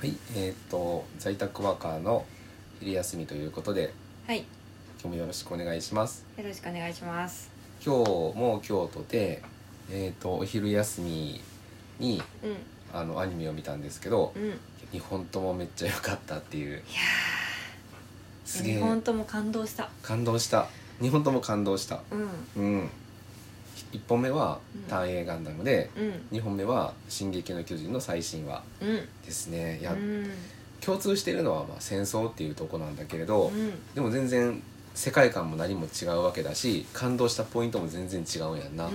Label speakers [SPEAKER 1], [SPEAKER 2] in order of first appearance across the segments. [SPEAKER 1] はい、えっ、と在宅ワーカーの昼休みということで
[SPEAKER 2] はい、
[SPEAKER 1] 今日もよろしくお願いします。
[SPEAKER 2] よろしくお願いします。
[SPEAKER 1] 今日も京都でえっ、とお昼休みに
[SPEAKER 2] うん、うん、
[SPEAKER 1] あのアニメを見たんですけど、
[SPEAKER 2] いや
[SPEAKER 1] 二本ともめっちゃ良かったっていうす
[SPEAKER 2] ー、
[SPEAKER 1] げえ
[SPEAKER 2] 日本とも感動した。
[SPEAKER 1] 感動した。二本とも感動した。
[SPEAKER 2] うん、
[SPEAKER 1] うん。一本目は
[SPEAKER 2] うん
[SPEAKER 1] 単影ガンダムで、
[SPEAKER 2] うん、
[SPEAKER 1] 二本目は進撃の巨人の最新話
[SPEAKER 2] うん、
[SPEAKER 1] ですね。いや、
[SPEAKER 2] うん、
[SPEAKER 1] 共通しているのはまあ戦争っていうとこなんだけれど。
[SPEAKER 2] うん、
[SPEAKER 1] でも全然世界観も何も違うわけだし感動したポイントも全然違うんやんな、
[SPEAKER 2] うん、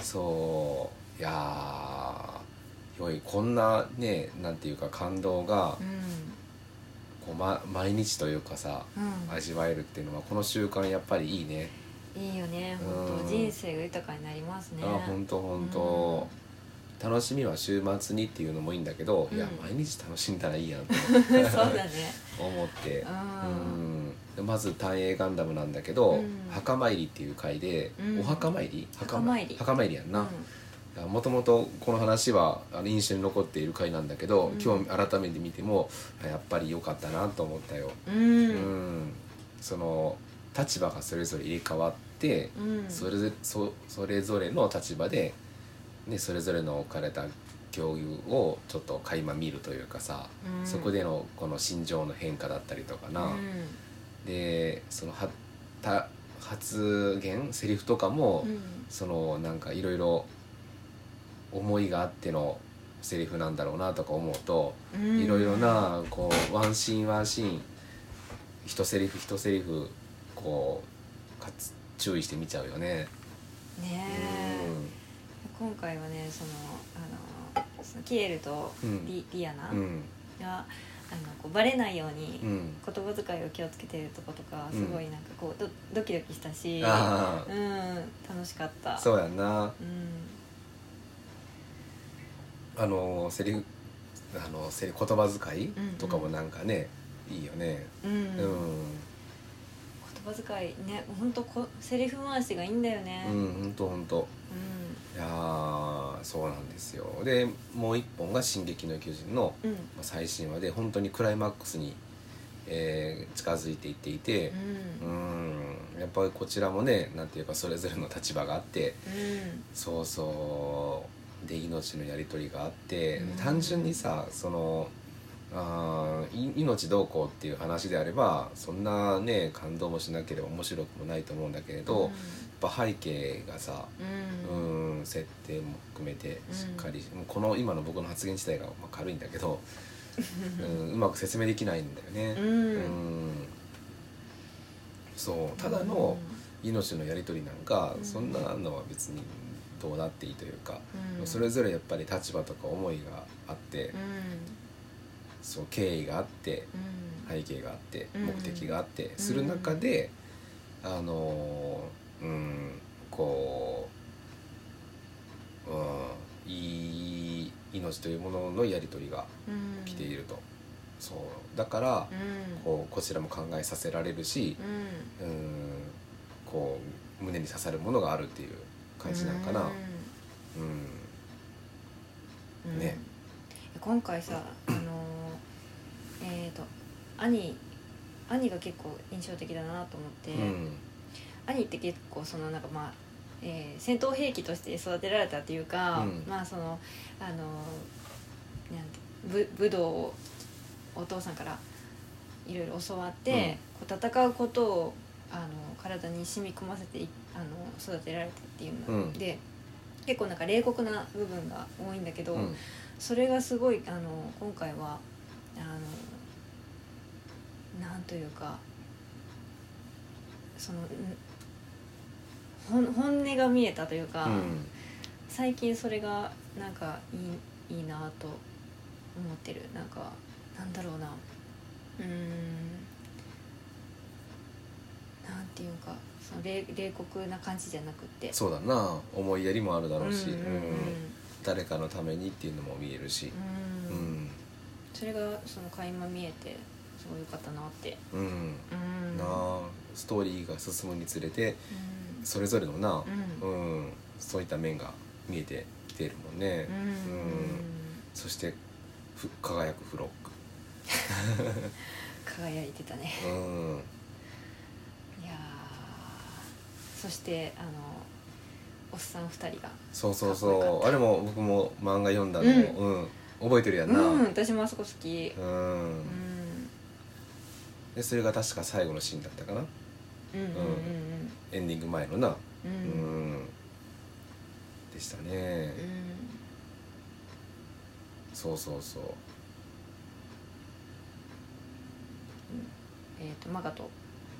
[SPEAKER 1] そういやーよいこんなねなんていうか感動がこう、ま、毎日というかさ
[SPEAKER 2] う
[SPEAKER 1] 味わえるっていうのはこの習慣やっぱりいいね
[SPEAKER 2] ん、いいよね、本
[SPEAKER 1] うん
[SPEAKER 2] 当人生が豊かになりますね。
[SPEAKER 1] あほんとほんと楽しみは週末にっていうのもいいんだけど、いや
[SPEAKER 2] うん
[SPEAKER 1] 毎日楽しんだらいいやんと
[SPEAKER 2] うん、 そうだね。
[SPEAKER 1] 思って
[SPEAKER 2] う、
[SPEAKER 1] うんんでまず「単影ガンダム」なんだけど、
[SPEAKER 2] うん
[SPEAKER 1] 墓参りっていう回で、
[SPEAKER 2] うん
[SPEAKER 1] お墓参り
[SPEAKER 2] 墓参り
[SPEAKER 1] 墓参りやんな、もともとこの話はあの印象に残っている回なんだけど、
[SPEAKER 2] うん
[SPEAKER 1] 今日改めて見てもあやっぱり良かったなと思ったよ、
[SPEAKER 2] うん、
[SPEAKER 1] う
[SPEAKER 2] うん、
[SPEAKER 1] その立場がそれぞれ入れ替わって、
[SPEAKER 2] うん、
[SPEAKER 1] それぞれそそれぞれの立場で、ね、それぞれの置かれた境遇をちょっと垣間見るというかさ、
[SPEAKER 2] うん
[SPEAKER 1] そこでのこの心情の変化だったりとかな、
[SPEAKER 2] うん、
[SPEAKER 1] でそのはた発言セリフとかも、
[SPEAKER 2] うん、
[SPEAKER 1] そのなんかいろいろ思いがあってのセリフなんだろうなとか思うと
[SPEAKER 2] うん
[SPEAKER 1] いろいろ、なこうワンシーンワンシーン一セリフ一セリフこうかつ注意して見ちゃうよね。
[SPEAKER 2] ねえ。今回はねそのあのそのキエルと
[SPEAKER 1] うん
[SPEAKER 2] リ,、リアナが、
[SPEAKER 1] うんう
[SPEAKER 2] あ
[SPEAKER 1] ん
[SPEAKER 2] のこうバレないように
[SPEAKER 1] う
[SPEAKER 2] 言
[SPEAKER 1] ん
[SPEAKER 2] 葉遣いを気をつけてるとことか
[SPEAKER 1] うん
[SPEAKER 2] すごいなんかこうどドキドキしたし、う
[SPEAKER 1] あ
[SPEAKER 2] ん、楽しかった
[SPEAKER 1] あそうやんな
[SPEAKER 2] うん
[SPEAKER 1] あのセリフあのセリ言葉遣い
[SPEAKER 2] うん
[SPEAKER 1] とかもなんかねいいよね。
[SPEAKER 2] うん
[SPEAKER 1] うん
[SPEAKER 2] 言葉遣いね本当こセリフ回しがいいんだよね
[SPEAKER 1] う
[SPEAKER 2] うん
[SPEAKER 1] ん、ほんとほんといやーそうなんですよでもう一本が「進撃の巨人」の
[SPEAKER 2] うん
[SPEAKER 1] まあ最新話で本当にクライマックスに、えー近づいていっていて
[SPEAKER 2] うん
[SPEAKER 1] うーんやっぱりこちらもねなんていうかそれぞれの立場があって
[SPEAKER 2] うん
[SPEAKER 1] そうそうで命のやり取りがあって、
[SPEAKER 2] うん
[SPEAKER 1] 単純にさそのあーい命どうこうっていう話であればそんなね感動もしなければ面白くもないと思うんだけれど、やっぱ背景がさ
[SPEAKER 2] うんうん
[SPEAKER 1] うん設定も含めてしっかり、もうこの今の僕の発言自体がまあ軽いんだけ ど、うん、うまく説明できないんだよ
[SPEAKER 2] う
[SPEAKER 1] ね。うんんそうただの命のやり取りなんか、
[SPEAKER 2] うん
[SPEAKER 1] そんなのは別にどうだっていいというか、
[SPEAKER 2] うん
[SPEAKER 1] それぞれやっぱり立場とか思いがあって、
[SPEAKER 2] うん
[SPEAKER 1] そう経緯があって
[SPEAKER 2] うん
[SPEAKER 1] 背景があって、
[SPEAKER 2] うん
[SPEAKER 1] 目的があって、する中であのーうんこう、うん、いい命というもののやり取りが
[SPEAKER 2] うん
[SPEAKER 1] 来ていると、そうだから
[SPEAKER 2] うん
[SPEAKER 1] こうこちらも考えさせられるし、
[SPEAKER 2] うん
[SPEAKER 1] うん、こう胸に刺さるものがあるっていう感じなんかな。うん
[SPEAKER 2] うん
[SPEAKER 1] ね
[SPEAKER 2] うん今回さあのーえっ、と兄兄が結構印象的だなと思って、
[SPEAKER 1] うん
[SPEAKER 2] 兄って結構そのなんかまあ、えー戦闘兵器として育てられたっていうか、
[SPEAKER 1] うん
[SPEAKER 2] まあそのあのーなんて武武道をお父さんからいろいろ教わって、こう戦うことをあの体に染み込ませていあの育てられたっていうので、結構なんか冷酷な部分が多いんだけど、
[SPEAKER 1] うん
[SPEAKER 2] それがすごいあの今回はあのなんというかそのんほん本音が見えたというか、
[SPEAKER 1] うん
[SPEAKER 2] 最近それがなんかいいいいなと思ってるなんかなんだろうなうーんなんていうかその冷冷酷な感じじゃなくって
[SPEAKER 1] そうだな思いやりもあるだろうし、
[SPEAKER 2] うんうんうん
[SPEAKER 1] うん誰かのためにっていうのも見えるし、う
[SPEAKER 2] うん
[SPEAKER 1] ん
[SPEAKER 2] それがその垣間見えてすごい良かったなって
[SPEAKER 1] うん
[SPEAKER 2] うん
[SPEAKER 1] なあストーリーが進むにつれて
[SPEAKER 2] うん
[SPEAKER 1] それぞれのな、う
[SPEAKER 2] うん
[SPEAKER 1] んそういった面が見えてきているもんね、
[SPEAKER 2] うん
[SPEAKER 1] そしてふ輝くフロック
[SPEAKER 2] 輝いてたね
[SPEAKER 1] うん
[SPEAKER 2] いやーそしてあのおっさん2人が
[SPEAKER 1] そうそう
[SPEAKER 2] かっこよか
[SPEAKER 1] そ
[SPEAKER 2] っ
[SPEAKER 1] う
[SPEAKER 2] た
[SPEAKER 1] あれも僕も漫画読んだのをうん覚えてるやんな
[SPEAKER 2] うん私もあそこ好き
[SPEAKER 1] うん
[SPEAKER 2] うん
[SPEAKER 1] でそれが確か最後のシーンだったかな
[SPEAKER 2] うんうん
[SPEAKER 1] エンディング前のな
[SPEAKER 2] うんうんう
[SPEAKER 1] うんんでしたねそうそうそう
[SPEAKER 2] えっとマガと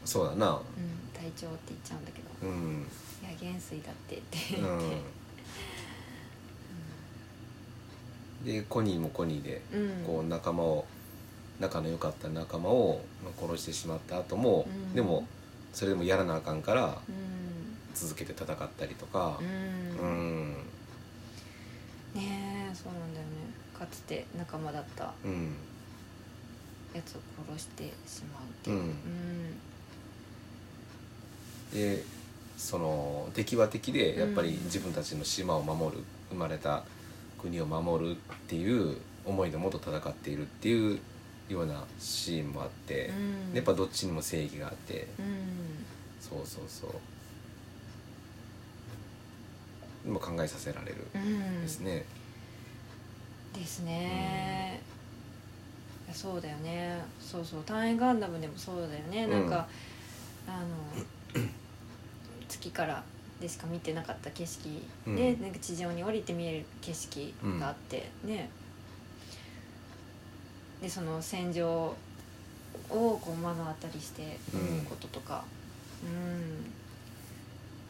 [SPEAKER 1] そうだな
[SPEAKER 2] 「隊長」って言っちゃうんだけど「
[SPEAKER 1] うん
[SPEAKER 2] いや元帥だって」って
[SPEAKER 1] う
[SPEAKER 2] 言って
[SPEAKER 1] んでコニーもコニーで
[SPEAKER 2] うん
[SPEAKER 1] こう仲間を仲の良かった仲間をまあ殺してしまった後も
[SPEAKER 2] うん
[SPEAKER 1] でもそれでもやらなあかんから
[SPEAKER 2] うん
[SPEAKER 1] 続けて戦ったりとか
[SPEAKER 2] うん
[SPEAKER 1] うん
[SPEAKER 2] ねえそうなんだよねかつて仲間だった
[SPEAKER 1] うん
[SPEAKER 2] やつを殺してしまうっていう
[SPEAKER 1] うん
[SPEAKER 2] うん
[SPEAKER 1] でその敵は敵でやっぱり
[SPEAKER 2] うん
[SPEAKER 1] 自分たちの島を守る生まれた国を守るっていう思いのもと戦っているっていうようなシーンもあって
[SPEAKER 2] うん
[SPEAKER 1] やっぱどっちにも正義があって
[SPEAKER 2] うん
[SPEAKER 1] そうそうそうでも考えさせられる
[SPEAKER 2] うん
[SPEAKER 1] ですね
[SPEAKER 2] ですね、いやそうだよねそうそう「単位ガンダム」でもそうだよね、
[SPEAKER 1] うん
[SPEAKER 2] なんかあの月からでしか見てなかった景色で、
[SPEAKER 1] うん
[SPEAKER 2] なんか地上に降りて見える景色があって、ねでその戦場をこう目の当たりして
[SPEAKER 1] うん
[SPEAKER 2] 思うこととか、うん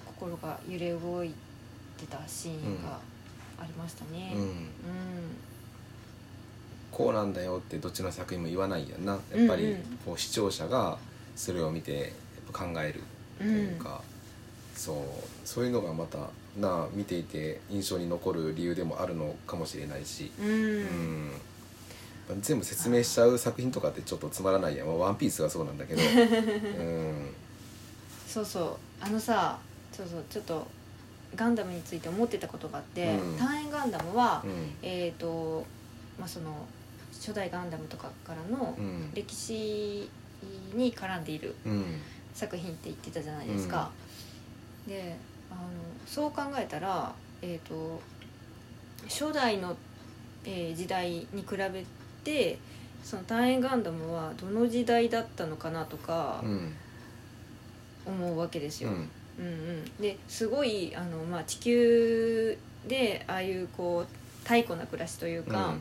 [SPEAKER 2] 心が揺れ動いてたシーンがありましたね。
[SPEAKER 1] うん
[SPEAKER 2] うん
[SPEAKER 1] こうなんだよってどっちの作品も言わないやんなやっぱ
[SPEAKER 2] うん
[SPEAKER 1] り
[SPEAKER 2] うん
[SPEAKER 1] こう視聴者がそれを見てやっぱ考えるというか、そうそういうのがまたなあ見ていて印象に残る理由でもあるのかもしれないし、
[SPEAKER 2] うん、う
[SPEAKER 1] うん
[SPEAKER 2] ん、
[SPEAKER 1] やっぱ全部説明しちゃう作品とかってちょっとつまらないやん「まあワンピースがそうなんだけ どうん
[SPEAKER 2] そうそうあのさそうそうちょっとガンダムについて思ってたことがあって
[SPEAKER 1] うん
[SPEAKER 2] 「単、円ガンダムは」
[SPEAKER 1] うん
[SPEAKER 2] えっ、とまあその初代ガンダムとかからの
[SPEAKER 1] うん
[SPEAKER 2] 歴史に絡んでいる
[SPEAKER 1] うん
[SPEAKER 2] 作品って言ってたじゃないですか。であのそう考えたら、えー、と初代の、えー時代に比べてその「単円ガンダム」はどの時代だったのかなとか
[SPEAKER 1] うん
[SPEAKER 2] 思うわけです
[SPEAKER 1] う
[SPEAKER 2] よ。
[SPEAKER 1] ん
[SPEAKER 2] うんうん、ですごいあの、まあ、地球でああいうこう太古な暮らしというか、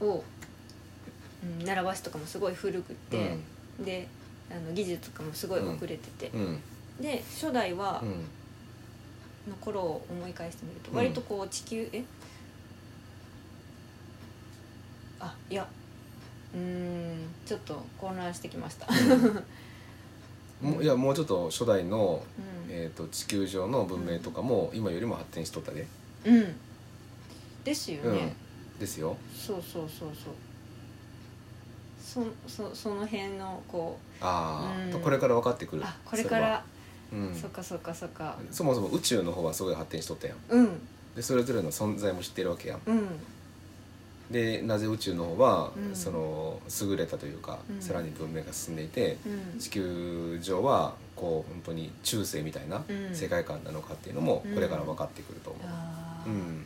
[SPEAKER 2] を、うん、習わしとかもすごい古くて、であの技術とかもすごい遅れてて、
[SPEAKER 1] うんうん
[SPEAKER 2] で初代は
[SPEAKER 1] うん
[SPEAKER 2] の頃を思い返してみると、
[SPEAKER 1] うん
[SPEAKER 2] 割とこう地球えあいやうーんちょっと混乱してきました。
[SPEAKER 1] もういやもうちょっと初代の
[SPEAKER 2] うん
[SPEAKER 1] えー、と地球上の文明とかも今よりも発展しとったで、
[SPEAKER 2] うん、ですよね。
[SPEAKER 1] うん、ですよ
[SPEAKER 2] そうそうそうそうそそその辺のこ
[SPEAKER 1] ああ、
[SPEAKER 2] うん
[SPEAKER 1] とこれから分かってく
[SPEAKER 2] う
[SPEAKER 1] る
[SPEAKER 2] あこれから
[SPEAKER 1] それはうん、
[SPEAKER 2] そっかそっかそっか
[SPEAKER 1] そもそも宇宙の方はすごい発展しとったやん
[SPEAKER 2] うん
[SPEAKER 1] でそれぞれの存在も知ってるわけやん
[SPEAKER 2] うん
[SPEAKER 1] でなぜ宇宙の方は、
[SPEAKER 2] うん
[SPEAKER 1] その優れたというか、
[SPEAKER 2] うん
[SPEAKER 1] さらに文明が進んでいて
[SPEAKER 2] うん
[SPEAKER 1] 地球上はこう本当に中世みたいな
[SPEAKER 2] うん
[SPEAKER 1] 世界観なのかっていうのも
[SPEAKER 2] うん
[SPEAKER 1] これから分かってくると思
[SPEAKER 2] あー
[SPEAKER 1] ううん、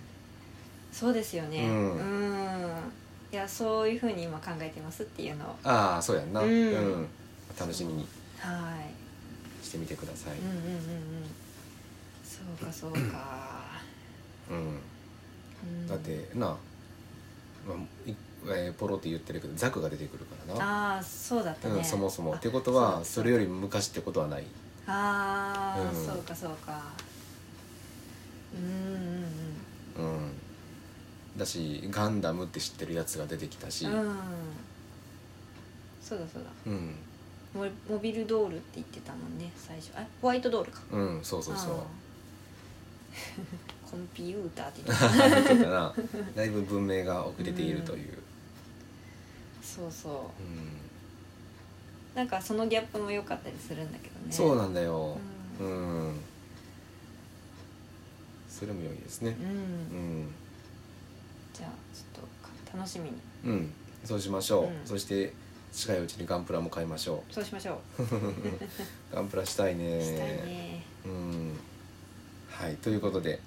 [SPEAKER 2] そうですよね
[SPEAKER 1] う
[SPEAKER 2] うんんいやそういうふうに今考えてますっていうのを
[SPEAKER 1] ああそうやんな、
[SPEAKER 2] うん
[SPEAKER 1] うん、楽しみに
[SPEAKER 2] は
[SPEAKER 1] してみてください
[SPEAKER 2] いうんうんうんうんそうかそうか、
[SPEAKER 1] うん
[SPEAKER 2] うん、
[SPEAKER 1] だってな、まあいえーポロって言ってるけどザクが出てくるからな、
[SPEAKER 2] ああそうだったね、
[SPEAKER 1] うん、そもそも
[SPEAKER 2] あ
[SPEAKER 1] ってこと
[SPEAKER 2] う
[SPEAKER 1] は
[SPEAKER 2] だ
[SPEAKER 1] それより昔ってことはない
[SPEAKER 2] ああ、
[SPEAKER 1] うん
[SPEAKER 2] そうかそうかうんうんうん
[SPEAKER 1] うんだしガンダムって知ってるやつが出てきたし、
[SPEAKER 2] うんそうだそうだ
[SPEAKER 1] うん
[SPEAKER 2] モモビルドールって言ってたもんね最初あホワイトドール か
[SPEAKER 1] うんそうそうそう
[SPEAKER 2] あーコンピューターって 言ってた
[SPEAKER 1] 言ってたらだいぶ文明が遅れているという、
[SPEAKER 2] そうそう
[SPEAKER 1] うん
[SPEAKER 2] なんかそのギャップも良かったりするんだけどね
[SPEAKER 1] そう
[SPEAKER 2] だ
[SPEAKER 1] なんだよう、
[SPEAKER 2] うん
[SPEAKER 1] それも良いですね
[SPEAKER 2] うん、
[SPEAKER 1] うん
[SPEAKER 2] じゃあちょっとか楽しみに
[SPEAKER 1] うんそうしましょう、
[SPEAKER 2] うん
[SPEAKER 1] そして近いうちにガンプラも買いましょ
[SPEAKER 2] そうしましょ、
[SPEAKER 1] うガンプラしたいうね
[SPEAKER 2] したいね
[SPEAKER 1] うんはいということで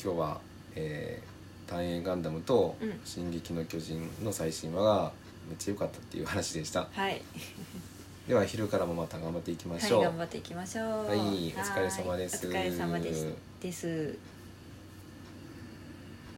[SPEAKER 1] 今日は「えー、単影ガンダム」と
[SPEAKER 2] うん
[SPEAKER 1] 「進撃の巨人」の最新話がめっちゃ良かったっていう話でした
[SPEAKER 2] はい
[SPEAKER 1] では昼からもまた頑張っていきま
[SPEAKER 2] は
[SPEAKER 1] し
[SPEAKER 2] い
[SPEAKER 1] ょう、
[SPEAKER 2] 頑張っていきましょう
[SPEAKER 1] はいお疲れ様です
[SPEAKER 2] はいお疲れ様ですです